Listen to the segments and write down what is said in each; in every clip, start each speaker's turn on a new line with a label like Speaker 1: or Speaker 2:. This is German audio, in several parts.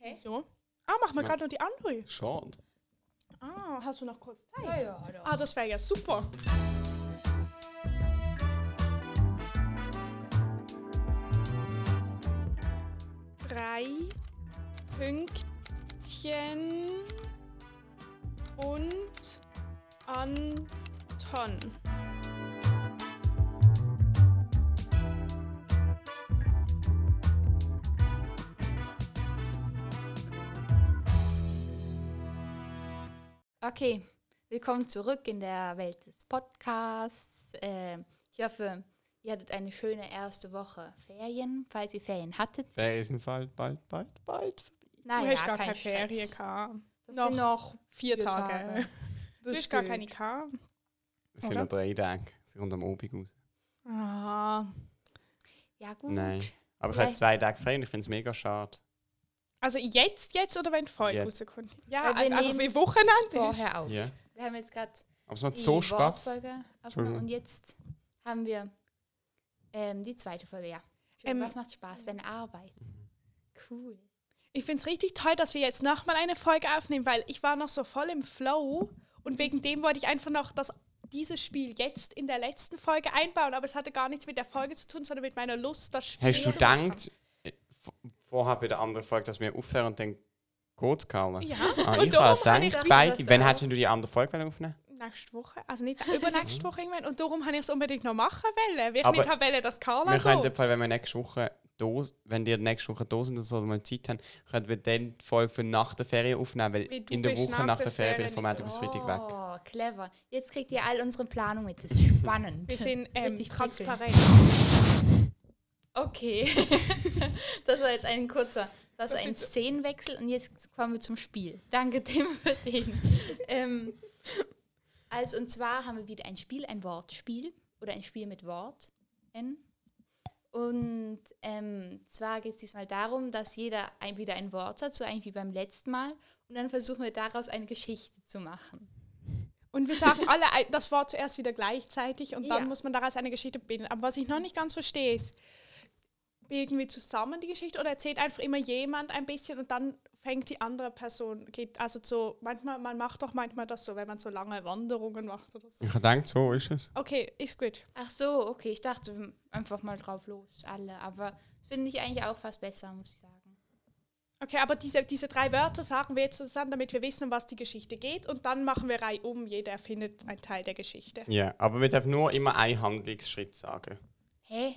Speaker 1: Hä?
Speaker 2: So. Ah, machen wir
Speaker 3: Ja.
Speaker 2: gerade noch die andere.
Speaker 3: Schade.
Speaker 2: Ah, hast du noch kurz Zeit?
Speaker 1: Ja, ja, doch.
Speaker 2: Ah, das wäre ja super. Drei Pünktchen und Anton.
Speaker 1: Okay, willkommen zurück in der Welt des Podcasts. Ähm, ich hoffe, ihr hattet eine schöne erste Woche Ferien, falls ihr Ferien hattet.
Speaker 3: Der ist im Fall bald, bald, bald.
Speaker 1: Nein,
Speaker 2: du hast gar
Speaker 1: Ah kein
Speaker 2: keine
Speaker 1: Stress.
Speaker 2: Ferien gehabt.
Speaker 1: Das
Speaker 2: Noch
Speaker 1: sind noch
Speaker 2: Vier,
Speaker 1: vier
Speaker 2: Tage.
Speaker 1: Tage.
Speaker 2: Du hast gar keine gehabt.
Speaker 3: Es sind
Speaker 2: Oder?
Speaker 3: noch drei Tage. Sie kommt am Obig raus.
Speaker 2: Ah.
Speaker 1: Ja, gut.
Speaker 3: Nein. Aber ich
Speaker 1: Vielleicht-
Speaker 3: habe zwei Tage frei und ich finde es mega schade.
Speaker 2: Also jetzt, jetzt oder wenn vorher
Speaker 3: Jetzt.
Speaker 2: rauskommt? Ja,
Speaker 1: Weil wir
Speaker 2: einfach
Speaker 1: nehmen
Speaker 2: wie Wochenende.
Speaker 1: Vorher auf.
Speaker 3: Ja.
Speaker 1: Wir haben jetzt gerade
Speaker 3: Aber es macht
Speaker 1: die
Speaker 3: so Spaß.
Speaker 1: Wortfolge aufgenommen
Speaker 3: Entschuldigung.
Speaker 1: und jetzt haben wir ähm, die zweite Folge, ja. Schön,
Speaker 2: Ähm,
Speaker 1: was macht Spaß? Deine Arbeit.
Speaker 3: Mhm.
Speaker 1: Cool.
Speaker 2: Ich finde es richtig toll, dass wir jetzt nochmal eine Folge aufnehmen, weil ich war noch so voll im Flow und wegen dem wollte ich einfach noch das, dieses Spiel jetzt in der letzten Folge einbauen, aber es hatte gar nichts mit der Folge zu tun, sondern mit meiner Lust, das Spiel
Speaker 3: Hast du
Speaker 2: zu machen.
Speaker 3: gedacht, äh, v- vorher bei der anderen Folge, dass wir aufhören und dann geht Karla?
Speaker 2: Ja,
Speaker 3: Ah,
Speaker 2: und
Speaker 3: ich
Speaker 2: darum
Speaker 3: habe
Speaker 2: habe ich
Speaker 3: gedacht,
Speaker 1: das-
Speaker 3: beide.
Speaker 1: das
Speaker 3: Wann
Speaker 1: auch.
Speaker 3: hättest du die andere Folge wollen aufnehmen
Speaker 2: nächste Woche, also nicht übernächste Woche irgendwann, und darum habe ich es unbedingt noch machen wollen, weil ich
Speaker 3: Mhm. Aber
Speaker 2: nicht habe wollen, dass Carla
Speaker 3: Wir können,
Speaker 2: geht.
Speaker 3: Fall, wenn wir nächste Woche da, wenn die nächste Woche da sind oder so, oder mal Zeit haben, können wir dann die Folge für nach der Ferien aufnehmen, weil
Speaker 2: Weil du
Speaker 3: in der
Speaker 2: bist
Speaker 3: Woche nach, der Ferien bin ich vom
Speaker 2: nicht
Speaker 3: Montag bis Freitag weg.
Speaker 1: Oh, clever. Jetzt kriegt ihr all unsere Planung mit. Das ist spannend.
Speaker 2: Wir sind ähm,
Speaker 1: Richtig
Speaker 2: transparent.
Speaker 1: Okay. das war jetzt ein kurzer, das war
Speaker 2: Das
Speaker 1: ein
Speaker 2: sind-
Speaker 1: Szenenwechsel und jetzt kommen wir zum Spiel. Danke Tim für den. ähm, also und zwar haben wir wieder ein Spiel, ein Wortspiel oder ein Spiel mit Worten. Und ähm, zwar geht es diesmal darum, dass jeder ein, wieder ein Wort hat, so eigentlich wie beim letzten Mal. Und dann versuchen wir daraus eine Geschichte zu machen.
Speaker 2: Und wir sagen alle ein- das Wort zuerst wieder gleichzeitig und dann
Speaker 1: Ja.
Speaker 2: muss man daraus eine Geschichte bilden. Aber was ich noch nicht ganz verstehe ist, bilden wir zusammen die Geschichte oder erzählt einfach immer jemand ein bisschen und dann fängt die andere Person, geht also so, manchmal, man macht doch manchmal das so, wenn man so lange Wanderungen macht oder so.
Speaker 3: Ich habe gedacht, so ist es.
Speaker 2: Okay, ist gut.
Speaker 1: Ach so, okay, ich dachte m- einfach mal drauf los, alle. Aber finde ich eigentlich auch fast besser, muss ich sagen.
Speaker 2: Okay, aber diese, diese drei Wörter sagen wir jetzt zusammen, damit wir wissen, um was die Geschichte geht und dann machen wir Reihe um, jeder erfindet einen Teil der Geschichte.
Speaker 3: Ja, aber wir dürfen nur immer einen Handlungsschritt sagen.
Speaker 1: Hä?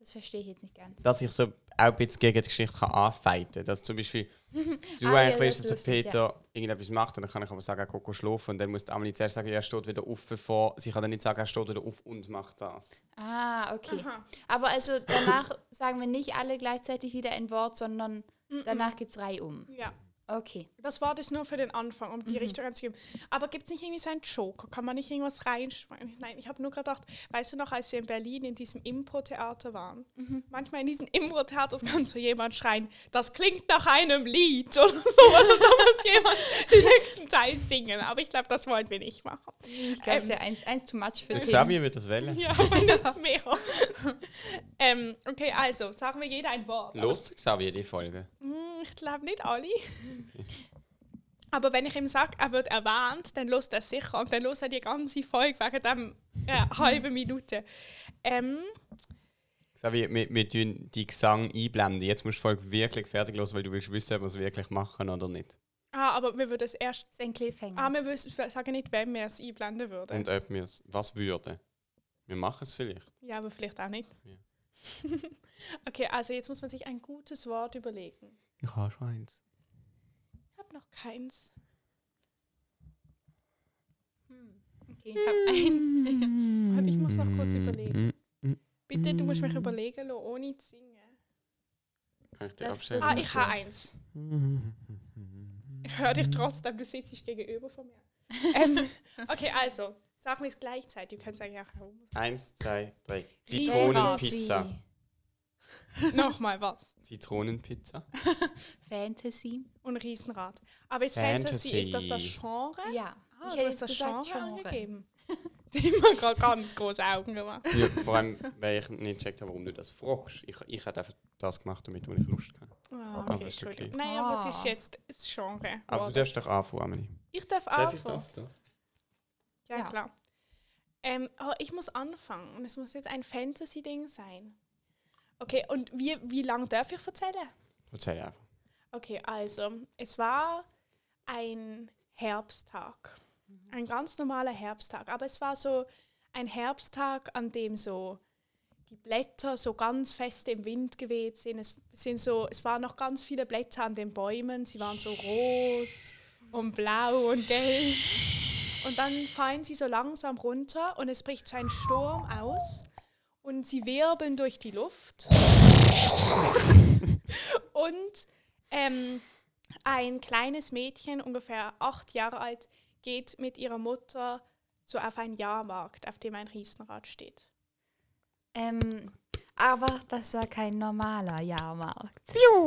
Speaker 1: Das verstehe ich jetzt nicht ganz.
Speaker 3: Dass ich so auch ein bisschen gegen die Geschichte kann anfeiten kann. Dass zum Beispiel du
Speaker 1: Ah, ja,
Speaker 3: eigentlich
Speaker 1: das
Speaker 3: willst,
Speaker 1: ist
Speaker 3: dass der
Speaker 1: lustig,
Speaker 3: Peter irgendetwas macht und dann kann ich aber sagen, er geht schlafen und dann muss die Amelie zuerst sagen, ja, er steht wieder auf, bevor... Sie kann dann nicht sagen, er steht wieder auf und macht das.
Speaker 1: Ah, okay.
Speaker 2: Aha.
Speaker 1: Aber also danach sagen wir nicht alle gleichzeitig wieder ein Wort, sondern danach geht es reihum.
Speaker 2: Ja.
Speaker 1: Okay.
Speaker 2: Das Wort ist nur für den Anfang, um die Richtung anzugeben. Aber gibt es nicht irgendwie so einen Joker? Kann man nicht irgendwas reinschmeißen? Nein, ich habe nur gedacht, weißt du noch, als wir in Berlin in diesem Impro-Theater waren? Manchmal in diesen Impro-Theaters kann so jemand schreien, das klingt nach einem Lied oder sowas. Und dann muss jemand den nächsten Teil singen. Aber ich glaube, das wollen wir nicht machen.
Speaker 1: Ich
Speaker 2: Ähm.
Speaker 1: glaube, es ist ja eins, eins too much für
Speaker 3: Der
Speaker 1: dich.
Speaker 3: Xavier wird das wählen.
Speaker 2: Ja, aber nicht mehr. ähm, okay, also, sagen wir jeder ein Wort.
Speaker 3: Los, Xavier, die Folge.
Speaker 2: Hm, Ich glaube nicht alle. Aber wenn ich ihm sage, er wird erwähnt, dann los er es sicher und dann los er die ganze Folge wegen dem äh, halben Minute. Ähm,
Speaker 3: Xavier, wir, wir tun die Gesang einblenden. Jetzt musst du die Folge wirklich fertig los, weil du willst wissen, ob wir es wirklich machen oder nicht.
Speaker 2: ah, aber wir würden es erst.
Speaker 1: Das ist ein Cliffhanger.
Speaker 2: Ah, wir wüs- wir sagen nicht, wenn wir es einblenden würden.
Speaker 3: Und ob wir es was würden. Wir machen es vielleicht.
Speaker 2: Ja, aber vielleicht auch nicht.
Speaker 3: Ja.
Speaker 2: okay, also jetzt muss man sich ein gutes Wort überlegen.
Speaker 3: Ich habe schon eins.
Speaker 2: Ich habe noch keins.
Speaker 1: Hm. Okay, ich habe eins.
Speaker 2: Und ich muss noch kurz überlegen. Bitte, du musst
Speaker 3: Mm.
Speaker 2: mich überlegen lassen, ohne zu singen.
Speaker 3: Kann ich dir
Speaker 1: Das-
Speaker 3: abstellen?
Speaker 1: das-
Speaker 2: Ah, ich habe eins. Ich höre dich trotzdem, du sitzt gegenüber von mir. ähm, okay, also, sag mir es gleichzeitig. Du kannst eigentlich auch herum.
Speaker 3: Eins, zwei, drei.
Speaker 2: Riesen-
Speaker 3: Zitronenpizza.
Speaker 1: Fantasy.
Speaker 2: Nochmal was.
Speaker 3: Zitronenpizza?
Speaker 1: Fantasy.
Speaker 2: Und Riesenrad. Aber ist Fantasy,
Speaker 3: Fantasy.
Speaker 2: ist das das Genre?
Speaker 1: Ja.
Speaker 2: Ah,
Speaker 1: ich
Speaker 2: du
Speaker 1: hätte
Speaker 2: hast
Speaker 1: jetzt
Speaker 2: das
Speaker 1: gesagt
Speaker 2: Genre
Speaker 1: Genre.
Speaker 2: angegeben. Die haben gerade ganz große Augen gemacht.
Speaker 3: ja, vor allem, weil ich nicht gecheckt habe, warum du das fragst. Ich, ich habe einfach das gemacht, damit ich Lust hatte.
Speaker 2: Ah,
Speaker 3: Ah,
Speaker 2: okay,
Speaker 3: das ist
Speaker 2: Entschuldigung.
Speaker 3: okay.
Speaker 2: Nein, aber es ist
Speaker 1: Ah.
Speaker 2: jetzt das Genre.
Speaker 3: Aber du
Speaker 2: geworden.
Speaker 3: darfst doch anfangen, Amelie.
Speaker 2: ich darf anfangen.
Speaker 3: das da?
Speaker 2: Ja,
Speaker 1: Ja.
Speaker 2: klar. Ähm, aber ich muss anfangen und es muss jetzt ein Fantasy-Ding sein. Okay, und wie, wie lange darf ich erzählen?
Speaker 3: Erzähl einfach.
Speaker 2: Okay, also, es war ein Herbsttag. Ein ganz normaler Herbsttag. Aber es war so ein Herbsttag, an dem so die Blätter so ganz fest im Wind geweht sind. Es, sind so, es waren noch ganz viele Blätter an den Bäumen. Sie waren so rot und blau und gelb. Und dann fallen sie so langsam runter und es bricht so ein Sturm aus. Und sie wirbeln durch die Luft. Und ähm, ein kleines Mädchen, ungefähr acht Jahre alt, geht mit ihrer Mutter so auf einen Jahrmarkt, auf dem ein Riesenrad steht.
Speaker 1: Ähm, aber das war kein normaler Jahrmarkt.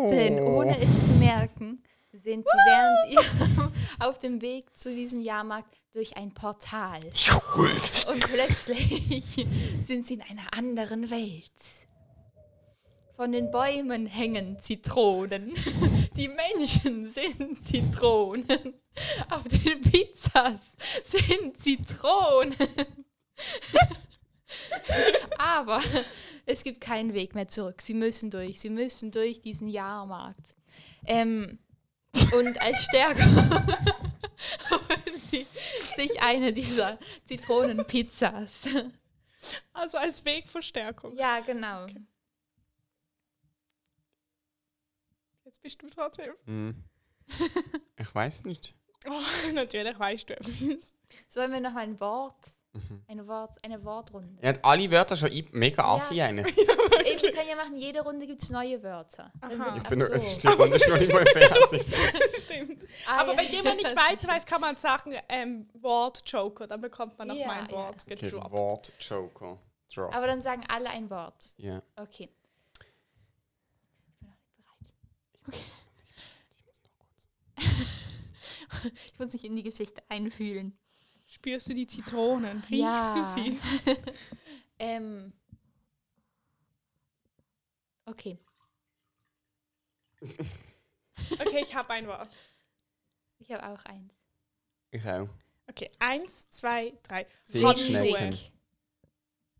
Speaker 1: Denn ohne es zu merken, sind sie während ihrem auf dem Weg zu diesem Jahrmarkt durch ein Portal. Und plötzlich sind sie in einer anderen Welt. Von den Bäumen hängen Zitronen. Die Menschen sind Zitronen. Auf den Pizzas sind Zitronen. Aber es gibt keinen Weg mehr zurück. Sie müssen durch. Sie müssen durch diesen Jahrmarkt. Ähm, und als Stärke holen sie sich eine dieser Zitronenpizzas.
Speaker 2: Also als Wegverstärkung.
Speaker 1: Ja, genau.
Speaker 2: Jetzt bist du dran, Tim.
Speaker 3: Hm. Ich weiß nicht.
Speaker 2: Oh, natürlich weißt du es.
Speaker 1: Sollen wir noch ein Wort,
Speaker 3: Mhm.
Speaker 1: ein Wort, eine Wortrunde?
Speaker 3: Er hat alle Wörter schon ein- mega
Speaker 1: Ja.
Speaker 3: assi eigentlich.
Speaker 1: Eben, wir können ja machen, jede Runde gibt es neue Wörter. Dann
Speaker 2: Aha.
Speaker 1: wird's
Speaker 3: Ich bin nur, es
Speaker 1: absurd.
Speaker 3: stimmt, und ist noch nicht mal fertig.
Speaker 2: Stimmt.
Speaker 1: Ah,
Speaker 2: Aber
Speaker 1: ja.
Speaker 2: wenn jemand nicht weiter weiß, kann man sagen, ähm, Wort Joker, dann bekommt man noch
Speaker 1: Ja,
Speaker 2: mein
Speaker 1: ja.
Speaker 2: Wort
Speaker 3: Okay,
Speaker 2: gedroppt.
Speaker 3: Wort Joker. Drop.
Speaker 1: Aber dann sagen alle ein Wort.
Speaker 3: ja.
Speaker 1: Okay. Ich bin noch nicht bereit. Ich muss mich in die Geschichte einfühlen.
Speaker 2: Spürst du die Zitronen? Riechst
Speaker 1: Ja.
Speaker 2: du sie?
Speaker 1: Ähm. Okay,
Speaker 2: Okay, ich habe ein Wort.
Speaker 1: ich habe auch eins.
Speaker 3: Ich auch.
Speaker 2: Okay, eins, zwei, drei.
Speaker 3: Seeschnecken.
Speaker 1: Windig.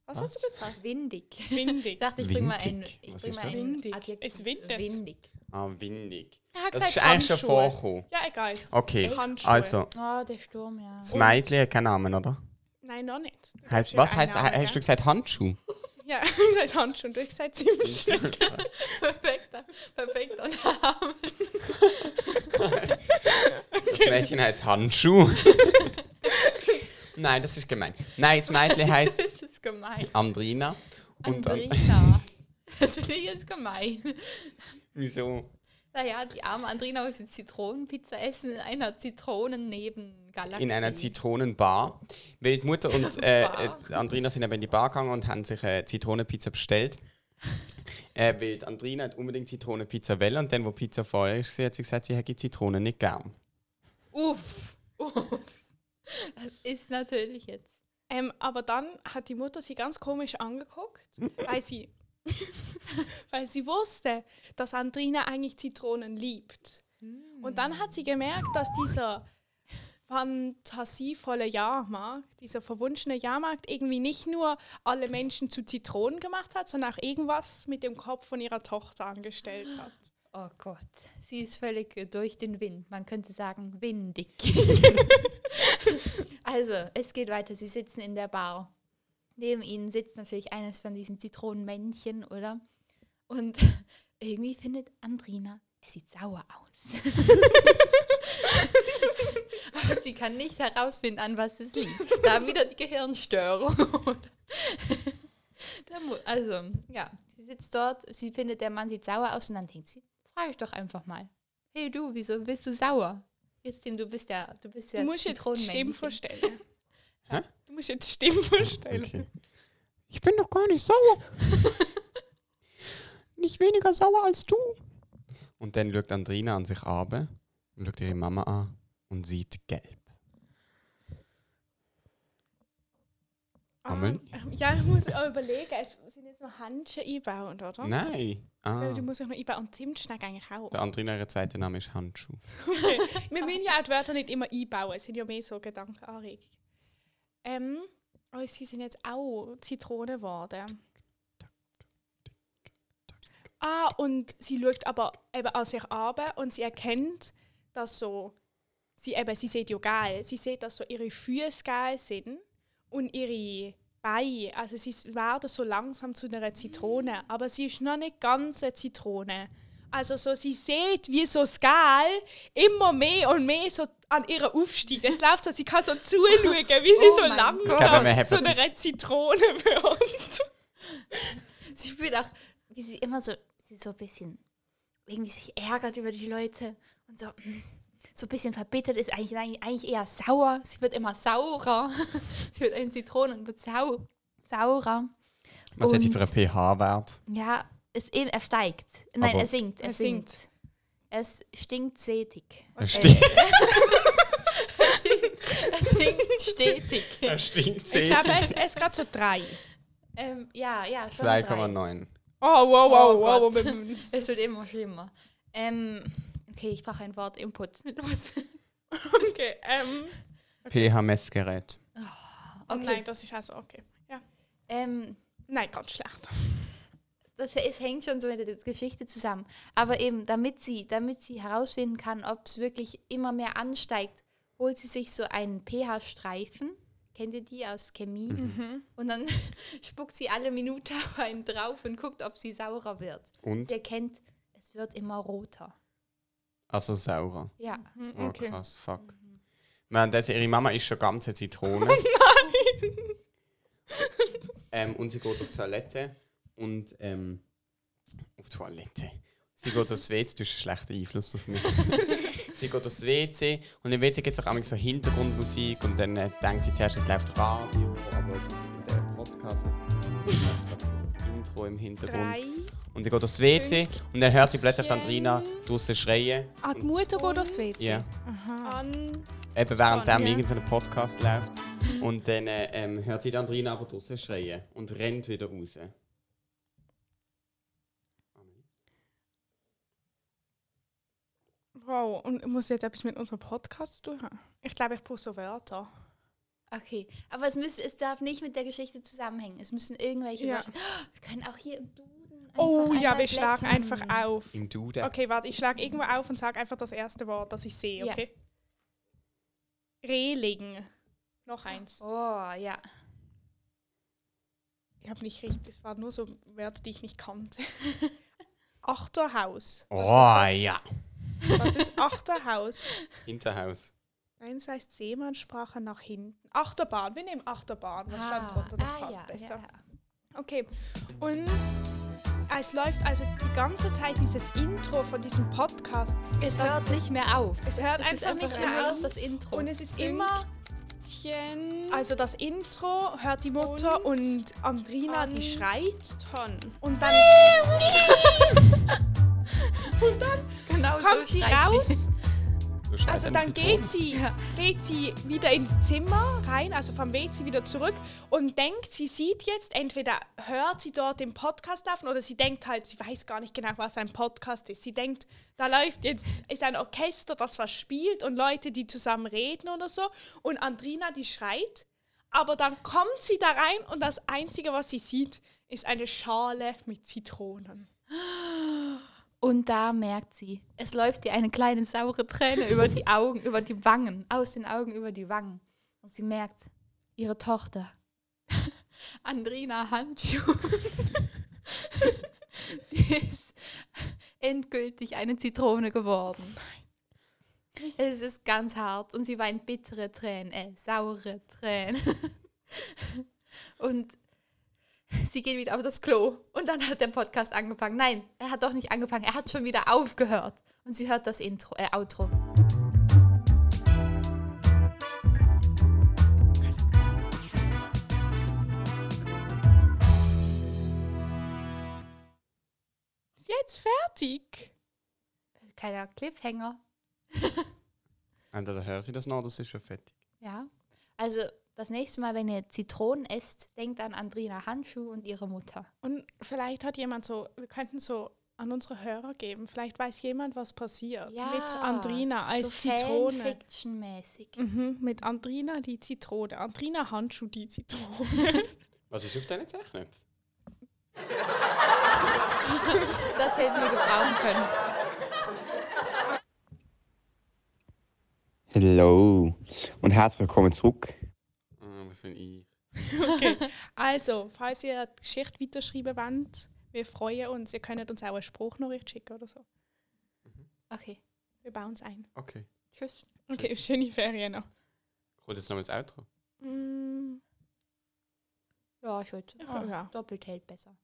Speaker 2: Was,
Speaker 3: Was?
Speaker 2: hast du gesagt?
Speaker 1: Windig.
Speaker 2: Windig.
Speaker 1: Ich dachte, ich bringe mal ein,
Speaker 3: Windig.
Speaker 1: ich
Speaker 3: Was
Speaker 1: bring
Speaker 3: ist
Speaker 1: mal
Speaker 3: das?
Speaker 1: ein
Speaker 2: Windig.
Speaker 1: Adjektiv.
Speaker 2: Es windet.
Speaker 1: Windig.
Speaker 3: Ah, windig.
Speaker 2: Er hat
Speaker 3: Das ist
Speaker 2: gesagt,
Speaker 3: eigentlich schon
Speaker 2: Handschuhe.
Speaker 3: vorgekommen.
Speaker 2: Ja, egal. ist-
Speaker 3: Okay,
Speaker 2: Handschuhe.
Speaker 3: also,
Speaker 1: Oh, der Sturm, ja.
Speaker 3: das Mädchen hat keinen Namen, oder?
Speaker 2: Nein, noch nicht. Du darfst
Speaker 3: Heißt,
Speaker 2: ihr
Speaker 3: was
Speaker 2: einen
Speaker 3: heißt,
Speaker 2: Namen
Speaker 3: hast du
Speaker 2: geben.
Speaker 3: gesagt Handschuh?
Speaker 2: Ja, ich seit Handschuhe und ich seit
Speaker 3: Mhm.
Speaker 2: ziemlich schnell.
Speaker 1: Perfekter, perfekter Name.
Speaker 3: Das Mädchen heißt Handschuh. Nein, das ist gemein. Nein, das Mädchen heißt
Speaker 1: Das ist gemein.
Speaker 3: Andrina. Und dann,
Speaker 1: Andrina. Das finde ich jetzt gemein.
Speaker 3: wieso?
Speaker 1: Naja, die arme Andrina muss jetzt Zitronenpizza essen in einer Zitronennebengalaxie.
Speaker 3: In einer Zitronenbar. Weil die Mutter und äh, äh,
Speaker 1: Bar.
Speaker 3: die Andrina sind eben in die Bar gegangen und haben sich äh, Zitronenpizza bestellt. Äh, weil die Andrina hat unbedingt Zitronenpizza wollen und dann, wo die Pizza vorher ist, hat sie gesagt, sie hätte Zitronen nicht gern.
Speaker 1: Uff, uff. Das ist natürlich jetzt.
Speaker 2: Ähm, aber dann hat die Mutter sie ganz komisch angeguckt, weil sie, weil sie wusste, dass Andrina eigentlich Zitronen liebt. Und dann hat sie gemerkt, dass dieser fantasievolle Jahrmarkt, dieser verwunschene Jahrmarkt, irgendwie nicht nur alle Menschen zu Zitronen gemacht hat, sondern auch irgendwas mit dem Kopf von ihrer Tochter angestellt hat.
Speaker 1: Oh Gott, sie ist völlig äh, durch den Wind. Man könnte sagen, windig. also, es geht weiter. Sie sitzen in der Bar. Neben ihnen sitzt natürlich eines von diesen Zitronenmännchen, oder? Und irgendwie findet Andrina, es sieht sauer aus. Aber sie kann nicht herausfinden, an was es liegt. Da wieder die Gehirnstörung. oder? Da mu- also, ja, sie sitzt dort, sie findet, der Mann sieht sauer aus und dann denkt sie, frage ich doch einfach mal. Hey du, wieso bist du sauer? Jetzt, Tim, du bist ja, du bist ja
Speaker 2: Du musst
Speaker 1: das
Speaker 2: jetzt die Stimmen
Speaker 1: Zitronenmännchen.
Speaker 2: verstellen.
Speaker 3: Hä?
Speaker 2: Du musst jetzt die Stimmen verstellen.
Speaker 3: Ich bin doch gar nicht sauer. nicht weniger sauer als du. Und dann schaut Andrina an sich abe und schaut ihre Mama an und sieht gelb. Amen.
Speaker 2: Ah, ähm, ja, ich muss auch überlegen, es sind jetzt noch Handschuhe einbauen, oder?
Speaker 3: Nein. Ah,
Speaker 2: Weil du musst dich noch einbauen und Zimtschneck eigentlich auch.
Speaker 3: der andere ihrer zweite Name ist Handschuh.
Speaker 2: Okay. Wir müssen ja auch die Wörter nicht immer einbauen, es sind ja mehr so Gedankenanregungen. Ähm, oh, sie sind jetzt auch Zitrone geworden. Ah, und sie schaut aber eben an sich runter und sie erkennt, dass so, sie eben, sie sieht ja geil, sie sieht, dass so ihre Füße geil sind und ihre Beine, also sie werden so langsam zu einer Zitrone, aber sie ist noch nicht ganz eine Zitrone. Also so, sie sieht, wie so das Gel immer mehr und mehr so an ihrer aufsteigt. Es läuft so, sie kann so zuschauen, wie sie
Speaker 1: Oh
Speaker 2: so
Speaker 1: mein
Speaker 3: Gott. Ich glaube, wir
Speaker 2: langsam
Speaker 3: haben
Speaker 2: zu einer Zitrone wird.
Speaker 1: Sie spielt auch, wie sie immer so, sie so ein bisschen irgendwie sich ärgert über die Leute und so, mm, so ein bisschen verbittert ist, eigentlich, nein, eigentlich eher sauer. Sie wird immer saurer. sie wird ein Zitronen und wird sau, saurer.
Speaker 3: Was hat die für
Speaker 1: Und-
Speaker 3: einen pH-Wert?
Speaker 1: Ja, es eben, er steigt. Nein,
Speaker 3: Aber-
Speaker 1: er sinkt. Er,
Speaker 2: Er
Speaker 1: sinkt.
Speaker 2: sinkt.
Speaker 1: Es stinkt stetig.
Speaker 3: Er
Speaker 1: Äh,
Speaker 3: stinkt,
Speaker 1: Er sinkt stetig.
Speaker 3: er stinkt
Speaker 2: Ich glaube,
Speaker 3: sehr.
Speaker 2: es, es ist gerade so drei.
Speaker 1: ähm, ja, ja, schon. drei.
Speaker 3: 2,9.
Speaker 2: Oh, wow, wow,
Speaker 1: Oh
Speaker 2: wow.
Speaker 1: Gott.
Speaker 2: wir müssen-
Speaker 1: Es wird immer schlimmer. Ähm, okay, ich brauche ein Wort Input. Los.
Speaker 2: okay, ähm,
Speaker 3: pH-Messgerät.
Speaker 1: Okay.
Speaker 2: Nein, das ist also okay. Ja.
Speaker 1: Ähm,
Speaker 2: Nein, ganz schlecht.
Speaker 1: das, es hängt schon so mit der Geschichte zusammen. Aber eben, damit sie, damit sie herausfinden kann, ob es wirklich immer mehr ansteigt, holt sie sich so einen pH-Streifen. Kennt ihr die aus Chemie?
Speaker 2: Mhm.
Speaker 1: Und dann spuckt sie alle Minute auf einen drauf und guckt, ob sie saurer wird.
Speaker 3: Und?
Speaker 1: Sie erkennt, es wird immer roter.
Speaker 3: Also saurer.
Speaker 1: Ja.
Speaker 3: Oh,
Speaker 2: Okay.
Speaker 3: krass, fuck. Währenddessen, ihre Mama ist schon ganze Zitrone. ähm, und sie geht auf die Toilette. Und, ähm, auf die Toilette. Sie geht aufs WC, du hast einen schlechten Einfluss auf mich. sie geht aufs WC und im WC gibt es auch manchmal so Hintergrundmusik und dann äh, denkt sie zuerst, es läuft Radio, aber es ist der Podcast. Es läuft gerade so das Intro im Hintergrund.
Speaker 2: Drei.
Speaker 3: Und sie geht aufs WC und dann hört sie plötzlich
Speaker 2: Schön.
Speaker 3: Andrina draußen schreien.
Speaker 2: Ah, die Mutter geht aufs WC.
Speaker 3: Ja.
Speaker 2: An
Speaker 3: Eben während
Speaker 2: Spannend,
Speaker 3: dem
Speaker 2: ja.
Speaker 3: irgendein Podcast läuft. Und dann äh, ähm, hört sie die Andrina aber draußen schreien und rennt wieder raus.
Speaker 2: Wow, und muss jetzt etwas mit unserem Podcast zu tun haben? Ich glaube, ich brauche so Wörter.
Speaker 1: Okay. Aber es, müssen, es darf nicht mit der Geschichte zusammenhängen. Es müssen irgendwelche.
Speaker 2: Ja.
Speaker 1: Wörter- Wir können auch hier im Duden. Einfach
Speaker 2: Oh ja,
Speaker 1: einmal
Speaker 2: wir schlagen
Speaker 1: blättern.
Speaker 2: einfach auf.
Speaker 3: Mhm. Im Duden.
Speaker 2: Okay, warte, ich schlage irgendwo auf und sage einfach das erste Wort, das ich sehe,
Speaker 1: Ja.
Speaker 2: okay? Reling. Noch eins.
Speaker 1: Oh, ja.
Speaker 2: Ich habe nicht recht, das waren nur so Wörter, die ich nicht kannte. Achterhaus.
Speaker 3: Oh ja.
Speaker 2: Was ist Achterhaus?
Speaker 3: Hinterhaus.
Speaker 2: Nein, das heißt Seemannssprache nach hinten. Achterbahn, wir nehmen Achterbahn. Was
Speaker 1: Ah.
Speaker 2: stand drunter? Das passt besser. Okay, und es läuft also die ganze Zeit dieses Intro von diesem Podcast.
Speaker 1: Es
Speaker 2: Das-
Speaker 1: hört nicht mehr auf.
Speaker 2: Es hört
Speaker 1: Es ist
Speaker 2: einfach
Speaker 1: einfach
Speaker 2: nicht mehr auf.
Speaker 1: das Intro.
Speaker 2: Und es ist
Speaker 1: Pünktchen.
Speaker 2: immer. Also das Intro hört die Mutter und, Andrina, die schreit. Und dann
Speaker 1: genau
Speaker 2: kommt sie raus.
Speaker 3: So schreit
Speaker 2: Also
Speaker 3: eine
Speaker 2: dann
Speaker 3: Zitrone.
Speaker 2: geht sie, geht sie wieder ins Zimmer rein, also vom WC wieder zurück und denkt, sie sieht jetzt, entweder hört sie dort den Podcast laufen oder sie denkt halt, sie weiß gar nicht genau, was ein Podcast ist. Sie denkt, da läuft jetzt, ist ein Orchester, das was spielt und Leute, die zusammen reden oder so und Andrina, die schreit. Aber dann kommt sie da rein und das Einzige, was sie sieht, ist eine Schale mit Zitronen.
Speaker 1: Und da merkt sie, es läuft ihr eine kleine saure Träne über die Augen, über die Wangen, aus den Augen über die Wangen. Und sie merkt, ihre Tochter, Andrina Handschuh, sie ist endgültig eine Zitrone geworden. Es ist ganz hart und sie weint bittere Tränen, äh, saure Tränen. Und sie geht wieder auf das Klo. Und dann hat der Podcast angefangen. Nein, er hat doch nicht angefangen. Er hat schon wieder aufgehört. Und sie hört das Intro, äh, Outro.
Speaker 2: Ist jetzt fertig?
Speaker 1: Kleiner Cliffhanger.
Speaker 3: Entweder hört sie das noch, das ist schon fertig.
Speaker 1: Ja. Also, das nächste Mal, wenn ihr Zitronen esst, denkt an Andrina Handschuh und ihre Mutter.
Speaker 2: Und vielleicht hat jemand so, wir könnten so an unsere Hörer geben. Vielleicht weiß jemand, was passiert
Speaker 1: Ja,
Speaker 2: mit Andrina als
Speaker 1: so
Speaker 2: Zitrone.
Speaker 1: Fanfiction-mäßig.
Speaker 2: Mhm, mit Andrina die Zitrone. Andrina Handschuh die Zitrone.
Speaker 3: Was ist auf deinen Zeichnung?
Speaker 1: Das hätten wir gebrauchen können.
Speaker 4: Hello und herzlich willkommen zurück.
Speaker 3: Ah, was bin ich?
Speaker 2: also, falls ihr die Geschichte weiterschreiben wollt, wir freuen uns. Ihr könnt uns auch eine Spruchnachricht schicken oder so.
Speaker 1: Okay,
Speaker 2: Wir bauen es ein.
Speaker 3: Okay.
Speaker 1: tschüss.
Speaker 2: Okay, schöne Ferien noch.
Speaker 3: Holt jetzt noch mal das Outro.
Speaker 2: Mm.
Speaker 1: Ja, ich würde.
Speaker 2: Ja.
Speaker 1: Doppelt hält besser.